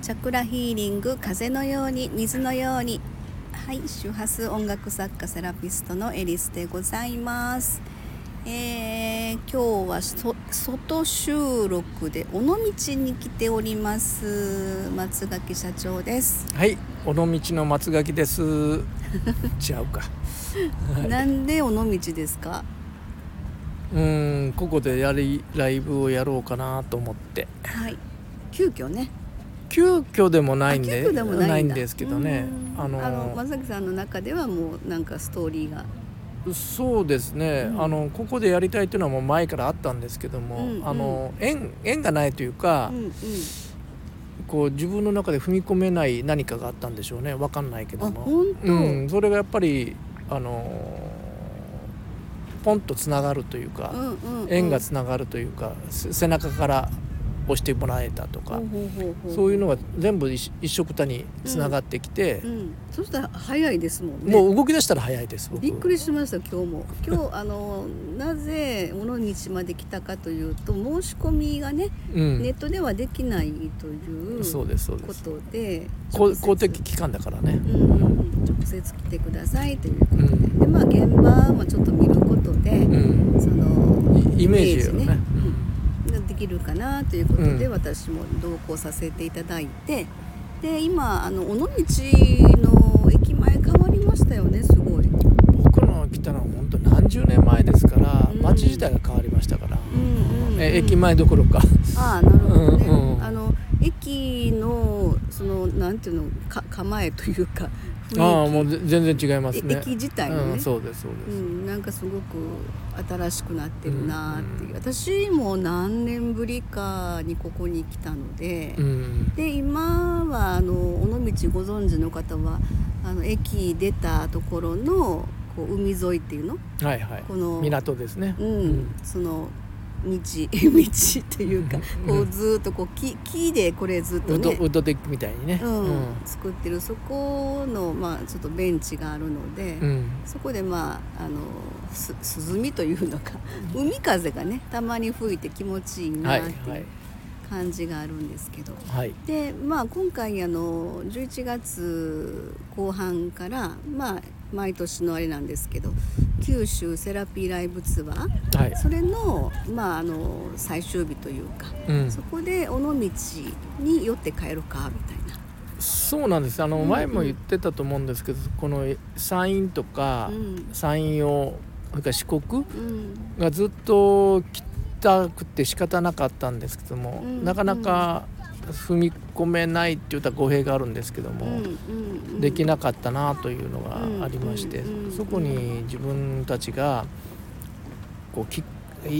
チャクラヒーリング風のように水のようにはい周波数音楽作家セラピストのエリスでございますえー今日はそ外収録で尾道に来ております松垣社長です、はい、尾道の松垣です。違 うか。なんで尾道ですかうーん、ここでやりライブをやろうかなと思って。はい急遽ね急遽でもないんあで、急遽でもないんだんですけどね。うんあのあの松崎さんの中ではもうなんかストーリーがそうですね。うんあのここでやりたいというのはもう前からあったんですけども、うんうんあの縁縁がないというか、うんうんこう自分の中で踏み込めない何かがあったんでしょうね。わかんないけどあも。本当、うん、それがやっぱりあのポンとつながるというか。うんうんうん縁がつながるというか、せ背中から押してもらえたとか、ほうほうほうほうそういうのが全部一一緒くたにつながってきてう、ん、そしたら早いですもんねもう動き出したら早いです僕びっくりしました今日も今日あのなぜ尾道まで来たかというと申し込みがね、うんネットではできないというそうこですそうですとで公直接公的機関だからねう、んうんうん、直接来てくださいということで,、うんでまあ現場もちょっと見ることで、うんそのイイメージをイメねージねできるかなということで、うん私も同行させていただいてで今あの尾道の駅前変わりましたよねすごい。僕の来たのは本当何十年前ですから、うん街自体が変わりましたから、うんうんうんえ駅前どころか、ああなるほどね、うんうんあの駅のそのなんていうのか構えというか雰囲気ああもうぜ全然違いますえね駅自体のね、うん、そうですそううです、ん、なんかすごく新しくなってるなっていう、うん私も何年ぶりかにここに来たので、うんで今はあの尾道ご存知の方はあの駅出たところのこう海沿いっていうのはいはいこの港ですね、うんうんその道 道っていうかうんこうずっとこう木木でこれずっとウッドねウッドデッキみたいにね、うんうん作ってるそこのまあちょっとベンチがあるので。うん、そこでまああのす涼みというのか海風がねたまに吹いて気持ちいいなはっいてはいうい感じがあるんですけど、はいでまあ今回あの11月後半からまあ毎年のあれなんですけど九州セラピーライブツアーはい、それのまああの最終日というか、うん、そこで尾道に寄って帰ろうかみたいな。そうなんですあのうん前も言ってたと思うんですけどこの山陰とかうん山陽それから四国うんがずっと来たくて仕方なかったんですけども、うんなかなか踏み込めないって言ったら語弊があるんですけども、うんうんできなかったなというのがありまして、うんうんうんそこに自分たちがこうき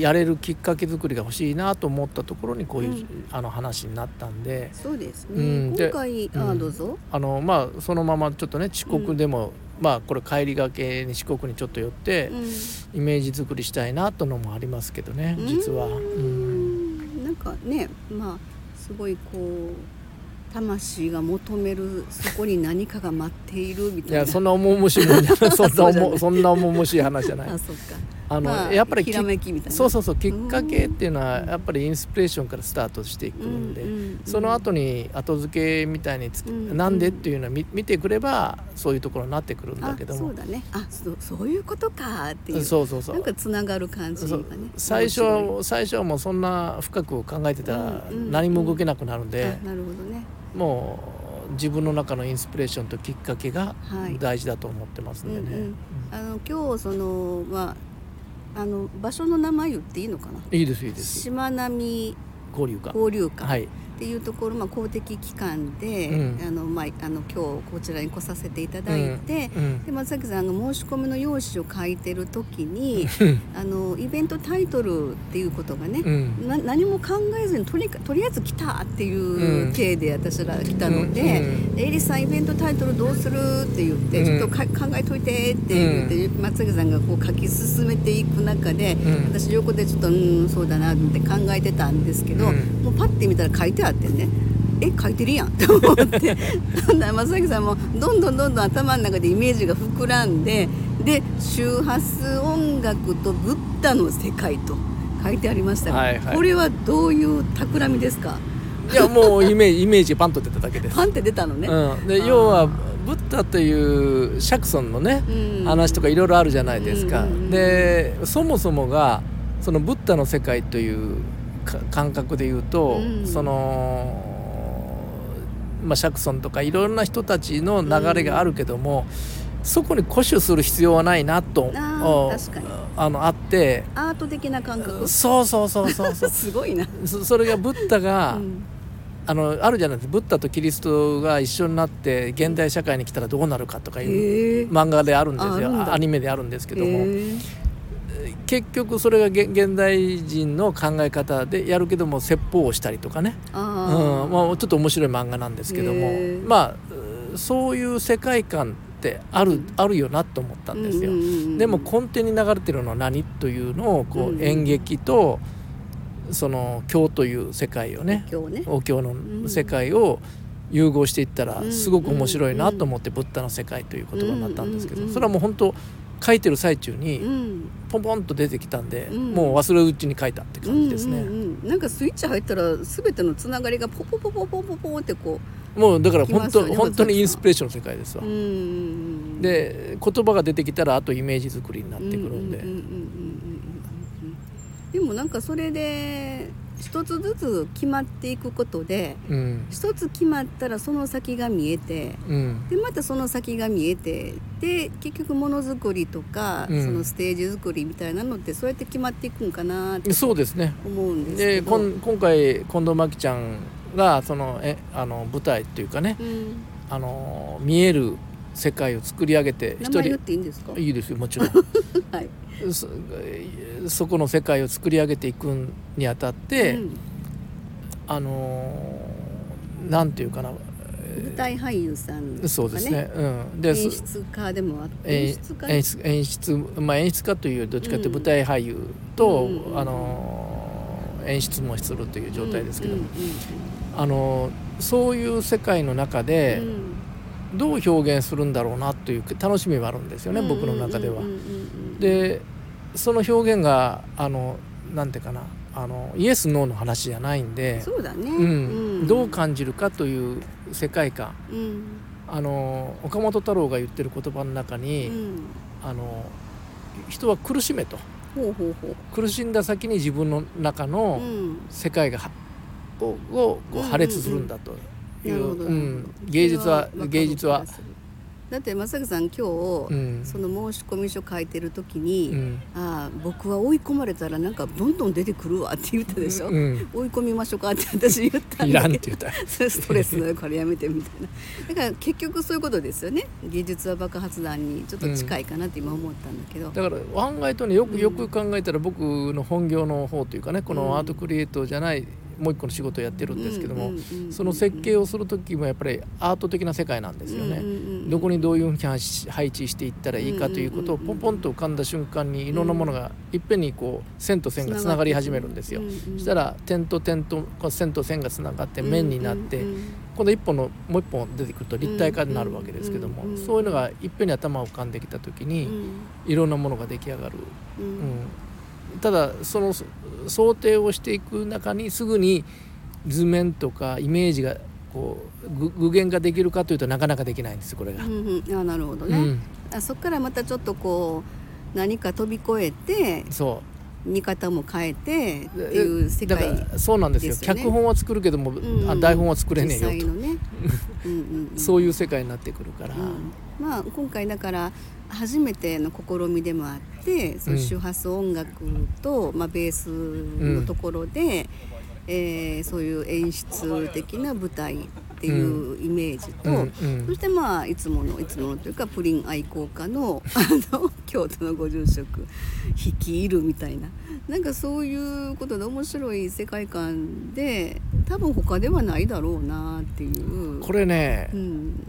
やれるきっかけ作りが欲しいなと思ったところにこういう、うんあの話になったんでそうですね、うんで今回あうんどうぞ、あの、まあ、そのままちょっとね四国でも、まあこれ帰りがけに四国にちょっと寄って、イメージ作りしたいなとのもありますけどねうん実は。うんなんかねまあすごいこう魂が求めるそこに何かが待っているみいたいなやそんな重々しいもんじゃないそん なそうじゃな重いそんな重々しい話じ ゃないあそっかあの、まあ、やっぱりきひらめきみたいなそうそそうそうきっかけっていうのはうんやっぱりインスピレーションからスタートしていくんで、その後に後付けみたいにつ、うんなんでっていうのは見見てくればそういうところになってくるんだだけけどどもそうだねあそそういうことかっていうそうそうそうなんかつながる感じがね最初面白いは最初はもうそんな深く考えてたらうんうん何も動けなくなるんであ、なるほどねもう自分の中のインスピレーションときっかけがはい大事だと思ってますんでね、うんうんうんあの今日そのまああの場所の名前言っていいのかないいですいいですしまなみ交流が交流館、はいっていうところ、まあ、公的機関で、うんあのまあ、あの今日こちらに来させていただいて、うんで松崎さんが申し込みの用紙を書いてる時にあのイベントタイトルっていうことがね、うんな何も考えずにとにかとりあえず来たっていううん体で私ら来たのでう「んでエリさんイベントタイトルどうする?」って言って「うんちょっとか考えといて」って言って、松崎さんがこう書き進めていく中で、うん私横でちょっと「うんそうだな」って考えてたんですけど、うんもうパッて見たら書いてあってね「え書いてるやん」と 思ってほんなら松崎さんもどんどんどんどん頭の中でイメージが膨らんでで周波数音楽とブッダの世界と書いてありましたが、はいはいこれはどういう企みですかいやもうイメージイメージパンと出ただけですパンって出たのね、うん、あでー要はブッダという釈尊のね、うん話とかいろいろあるじゃないですか、うんうんうんでそもそもがそのブッダの世界というか感覚で言うと、うんその、まあ、釈尊とかいろんな人たちの流れがあるけども、そこに固守する必要はないなとあーあ確かにあのあってアート的な感覚そうそうそうそうそうすごいな、そそれがブッダが、うんあのあるじゃないですかブッダとキリストが一緒になって現代社会に来たらどうなるかとかいうへえ漫画であるんですああるんだよアニメであるんですけどへもえ結局それがげ現代人の考え方でやるけども説法をしたりとかね、うんあーまあ、ちょっと面白い漫画なんですけどもへえまあそういう世界観ってあるあるよなと思ったんですようん。うんうんうんでも根底に流れてるのは何というのをこうんう演劇とその教という世界をね今日ねお経の世界を融合していったらうんすごく面白いなと思って「ブッダの世界」という言葉になったんですけうんうどんうんそれはもう本当書いてる最中うにんポンポンと出てきたんでうんもう忘れるうちに書いたって感じですうんねうんうんなんかスイッチ入ったら全てのつながりがポポポポポポポってこもうだから来ま本すよ当ね本当にインスピレーションの世界でうすわうんうんうんで言葉が出てきたらあとイメージ作りになってくるんううんうんうんうんでうんうんでもなんかそれで一つずつ決まっていくことでうん一つ決まったらその先が見えてうんでまたその先が見えてで結局ものづくりとか、うんそのステージ作りみたいなのってそうやって決まっていくんかなってそうですね思うんですけでど。こん今回近藤真希ちゃんがそのえあの舞台っていうかねうん、あの見える世界を作り上げて一名前言人っていいんですか？いいですよ もちろんはい。そそこの世界を作り上げていくにあたって、うんあのーなんていうかな舞台俳優さんとか、ね、そうですねうんで演そ出家でもあってえ演出家演出演出まあ演出家というよりどっちかというと舞台俳優うと、んうんうんうんあのー演出もするという状態ですけども、うんあのーそういう世界の中でうんうんうんどう表現するんだろうなという楽しみはあるんですよね、僕の中では。うんうんうんうん、でその表現があのなんていうかなあのイエス・ノーの話じゃないんでそうだね、う、んどう、感じるかという世界観うんあの岡本太郎が言ってる言葉の中うに、ん、あの人は苦しめとほうほうほ苦しんだ先に自分の中う、のん、世界が、はををこう破裂するんだといなるう、ほうんど芸術はそれわかる芸術は気が、するだってまさきさん今日、うんその申し込み書書いてる時うに、んああ僕は追い込まれたらなんかどんどん出てくるわって言ったでしょ、うん、追い込みましょうかって私言ったいんらだんっけてど言ったそれストレスだからやめてみたいなだから結局そういうことですよね芸術は爆発弾にちょっと近いかなって今思ったんだけど、だから案外とねようくんよく考えたら僕の本業の方というかねうこんのアートクリエイトじゃないもう一個の仕事をやってるんですけどもその設計ををする時もやっぱりアート的な世界なんですよね。どこににどういうふうに配置配置していったらいいかということをうんうんうんポうんンポンと浮かんだ瞬間にいろんなものがいっぺんにこう線と線がつながり始めるんですよ。そしたら点と点とこう線と線がつながって面になって今度一本のもう一本出てくると立体化になるわけですけどうんうんもうんうんそういうのがいっぺんに頭を浮かんできた時にいろんなものが出来上がるうん、ただそのそ想定をしていく中にすぐに図面とかイメージがこう具具現化できるかというとなかなかできないんですこれが。あなるほどうね、ん、あそこからまたちょっとこう何か飛び越えてそ見方も変えてってういう世だ界からそうなんですよですよね脚本は作るけども、うんうんあ台本は作れね実え際よの ね、うんうんうんとそういう世界になってくるから、うんまあ、今回だから初めての試みでもあってそうのん周波数音楽と、まあ、ベースのところで、えーそういう演出的な舞台っていうイメージと、うんうんそしてまあいつものいつものというかプリン愛好家 のあの京都のご住職率いるみたいななんかそういうことで面白い世界観で多分他ではないだろうなっていう。これね、うん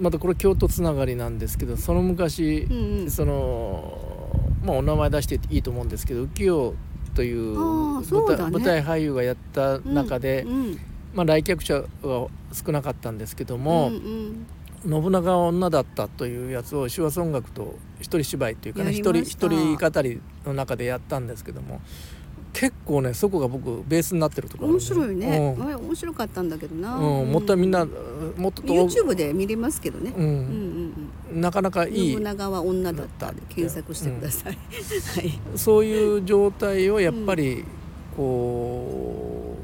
またこれ京都つながりなんですけどその昔、うんうんそのまあお名前出していいと思うんですけど浮世というあー舞そう台,、だね舞台俳優がやった中で、うんまあ、来客者は少なかったんですけどもうんうん「信長は女だった」というやつを手話音楽と一人芝居というかねやり一ま人した一人語りの中でやったんですけども結構ねそこが僕ベースになってるところある面んだよ白いね、うんあれ面白かったんだけどな、うん、もったいみんなもっと遠く YouTube で見れますけどね、ううん、うんうんんなかなかいい信長は女だったで検索してください、 はいそういう状態をやっぱりこ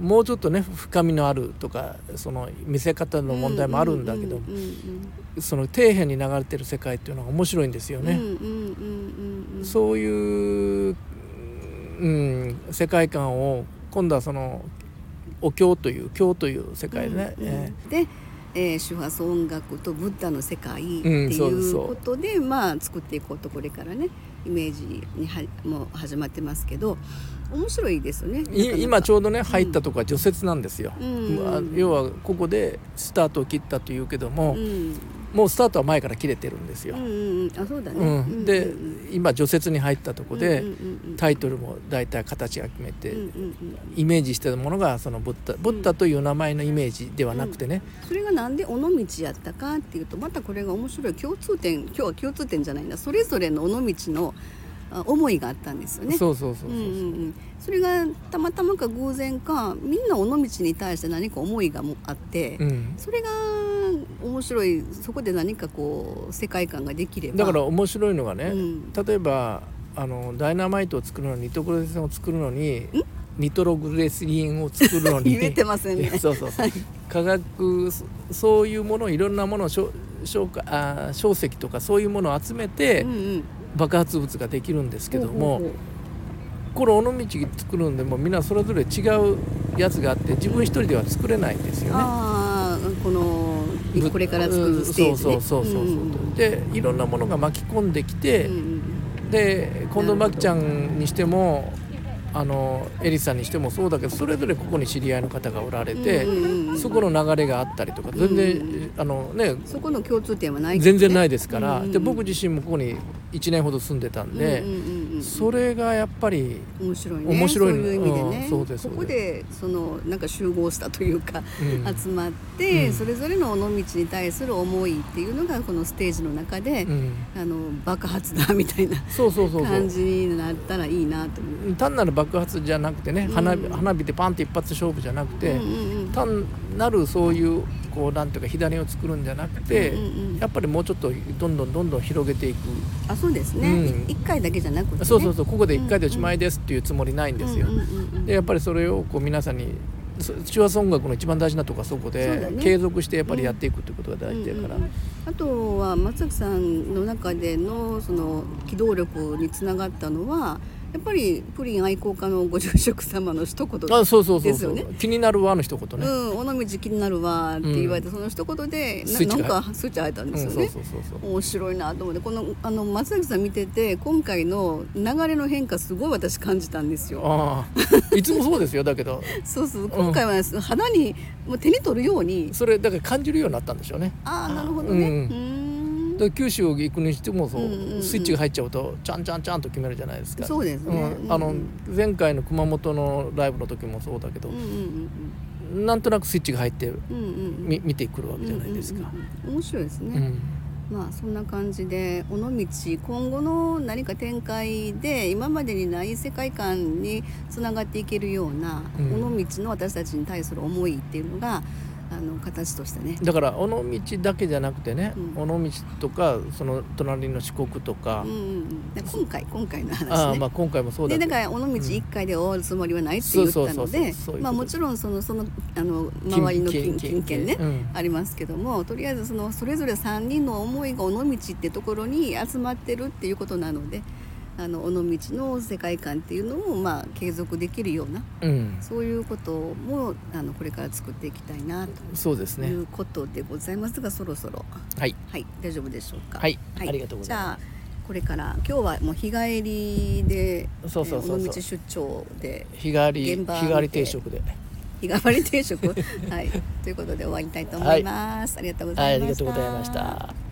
う、もうちょっとね深みのあるとかその見せ方の問題もあるんだけど、うんうんその底辺に流れてる世界っていうのが面白いんですようんうんうんうね。んうんうんうんそういう、うん、世界観を今度はそのお経という経という世界でね、うんうんえで、えー、周波数音楽とブッダの世界ってうんいそうですうそうことで、まあ作っていこうとこれからねイメージにはもう始まってますけど面白いですよね。ーい今ちょょうどね入ったとこは除雪なんですよ。うんまあ要はここでスタートを切ったというけども、うんもうスタートは前から切れてるんですうよん。うんうんあそうだね。うん、で今除雪に入ったとこで、タイイトルも大体形が決めて、うんうんうん、イメージしてるものがそのブッダブッダという名前のイメージではなくてね、それがなんで尾道やったかっていうとまたこれが面白い共通点今日は共通点じゃないんだそれぞれの尾道のあ思いがあったんですよね。そうそうそうそうう、んうんうん、それがたまたまか偶然かみんな尾道に対して何か思いがもあって、うんそれが面白いそこで何かこう世界観ができればだから面白いのがね、 うん例えばあのダイナマイトを作るのにニトログレスンを作るのにニトログレスリンを作るの に。言えてませんね そうそうそう科学そそういうものいろんなものをしょ消化あー小石とかそういうものを集めてうんうん、爆発物ができるんですけども、ほうほうほうこれ尾道作るんでもみんなそれぞれ違うやつがあって自分一人では作れないんですよね。ああこのぶこれから作るステージ、ね、うんそうそうそうそうそう、んんでいろんなものが巻き込んできて、で近藤真紀ちゃんにしてもあのエリさんにしてもそうだけどそれぞれここに知り合いの方がおられて、うんうんうんそこの流れがあったりとか全然、うんあのねそこの共通点はない全然ないいですかうんら、うんうんで僕自身もここに1年ほど住んでたんで、うんうんうんうん、それがやっぱり、面白いね面白いそうねいう意味でね、うんそうですそここうでそのなんか集合したというか、うん集まって、うんそれぞれの尾道に対する思いっていうのがこのステージの中で、うんあの爆発だみたいなそうそうそうそう感じになったらいいなと思っ単なる爆発じゃなくてね、うん花火花火でパンって一発勝負じゃなくて、て、うんうん単なるそういうこうなんていうか火種を作るんじゃなくて、うんうんうんやっぱりもうちょっとどんどんどんどん広げていく、あそうですうんね、一回だけじゃなくて、ね、そうそうそそうここで1回でおしまいですっていうつもりないんですよ。うんうんうんうんでやっぱりそれをこう皆さんにそ中和音楽の一番大事なとこはそこそうでだね継続してやっぱりやっていくってことが大事だから、うんうんうんあとは松崎さんの中でのその機動力につながったのはやっぱりプリン愛好家のご住職様の一言あそうそうそうですそよう、ね気になるわの一言ね、うん、尾道気になるわって言われて、その一言でスイッなチがなんかスイッチ入ったんうんですよそね。うそうそうそう面白いなと思ってこのあの松崎さん見てて今回の流れの変化すごい私感じたんですよ。ああいつもそうですよだけどそうそう今回は、肌にもう手に取るようにそれだから感じるようになったんでしょうねああなるほどね。ううんーだんから九州を行くにしてもそう,、うんうんうんスイッチが入っちゃうとちゃんちゃんちゃんと決めるじゃないですかそうですねうんあうのん前回の熊本のライブの時もそうだけどうん、うんなんとなくスイッチが入ってうんうんうんみ見てくるわけじゃないですか、うんうんうんうん面白いですうんね、まあそんな感じで尾道今後の何か展開で今までにない世界観につながっていけるような、うん尾道の私たちに対する思いっていうのがあの形としてねだから尾道だけじゃなくてね、うん尾道とかその隣の四国とか、うんうんうん、だから今回今回のあ話あね。まあ今回もそうだでけだどから尾道1回で終わるつもりはないって言ったそのうそうそうそうでそういうことまあもちろんそのそのあの周りの近近県ね、うんありますけどもとりあえずそのそれぞれ3人の思いが尾道ってところに集まってるっていうことなのであの尾道の世界観っていうのもまあ継続できるようなうん、そういうこともあのこれから作っていきたいなそうですとねいうことでございますがそろそろはいはい大丈夫でしょうか。はいありがとうございますじゃあこれから今日はもう日帰りでそうそうそうそうえー尾道出張で日替わり日現場見て替わり定食で日替わ り定食はいということで終わりたいと思います。ありがとうござはいいあまりがした。とうございました。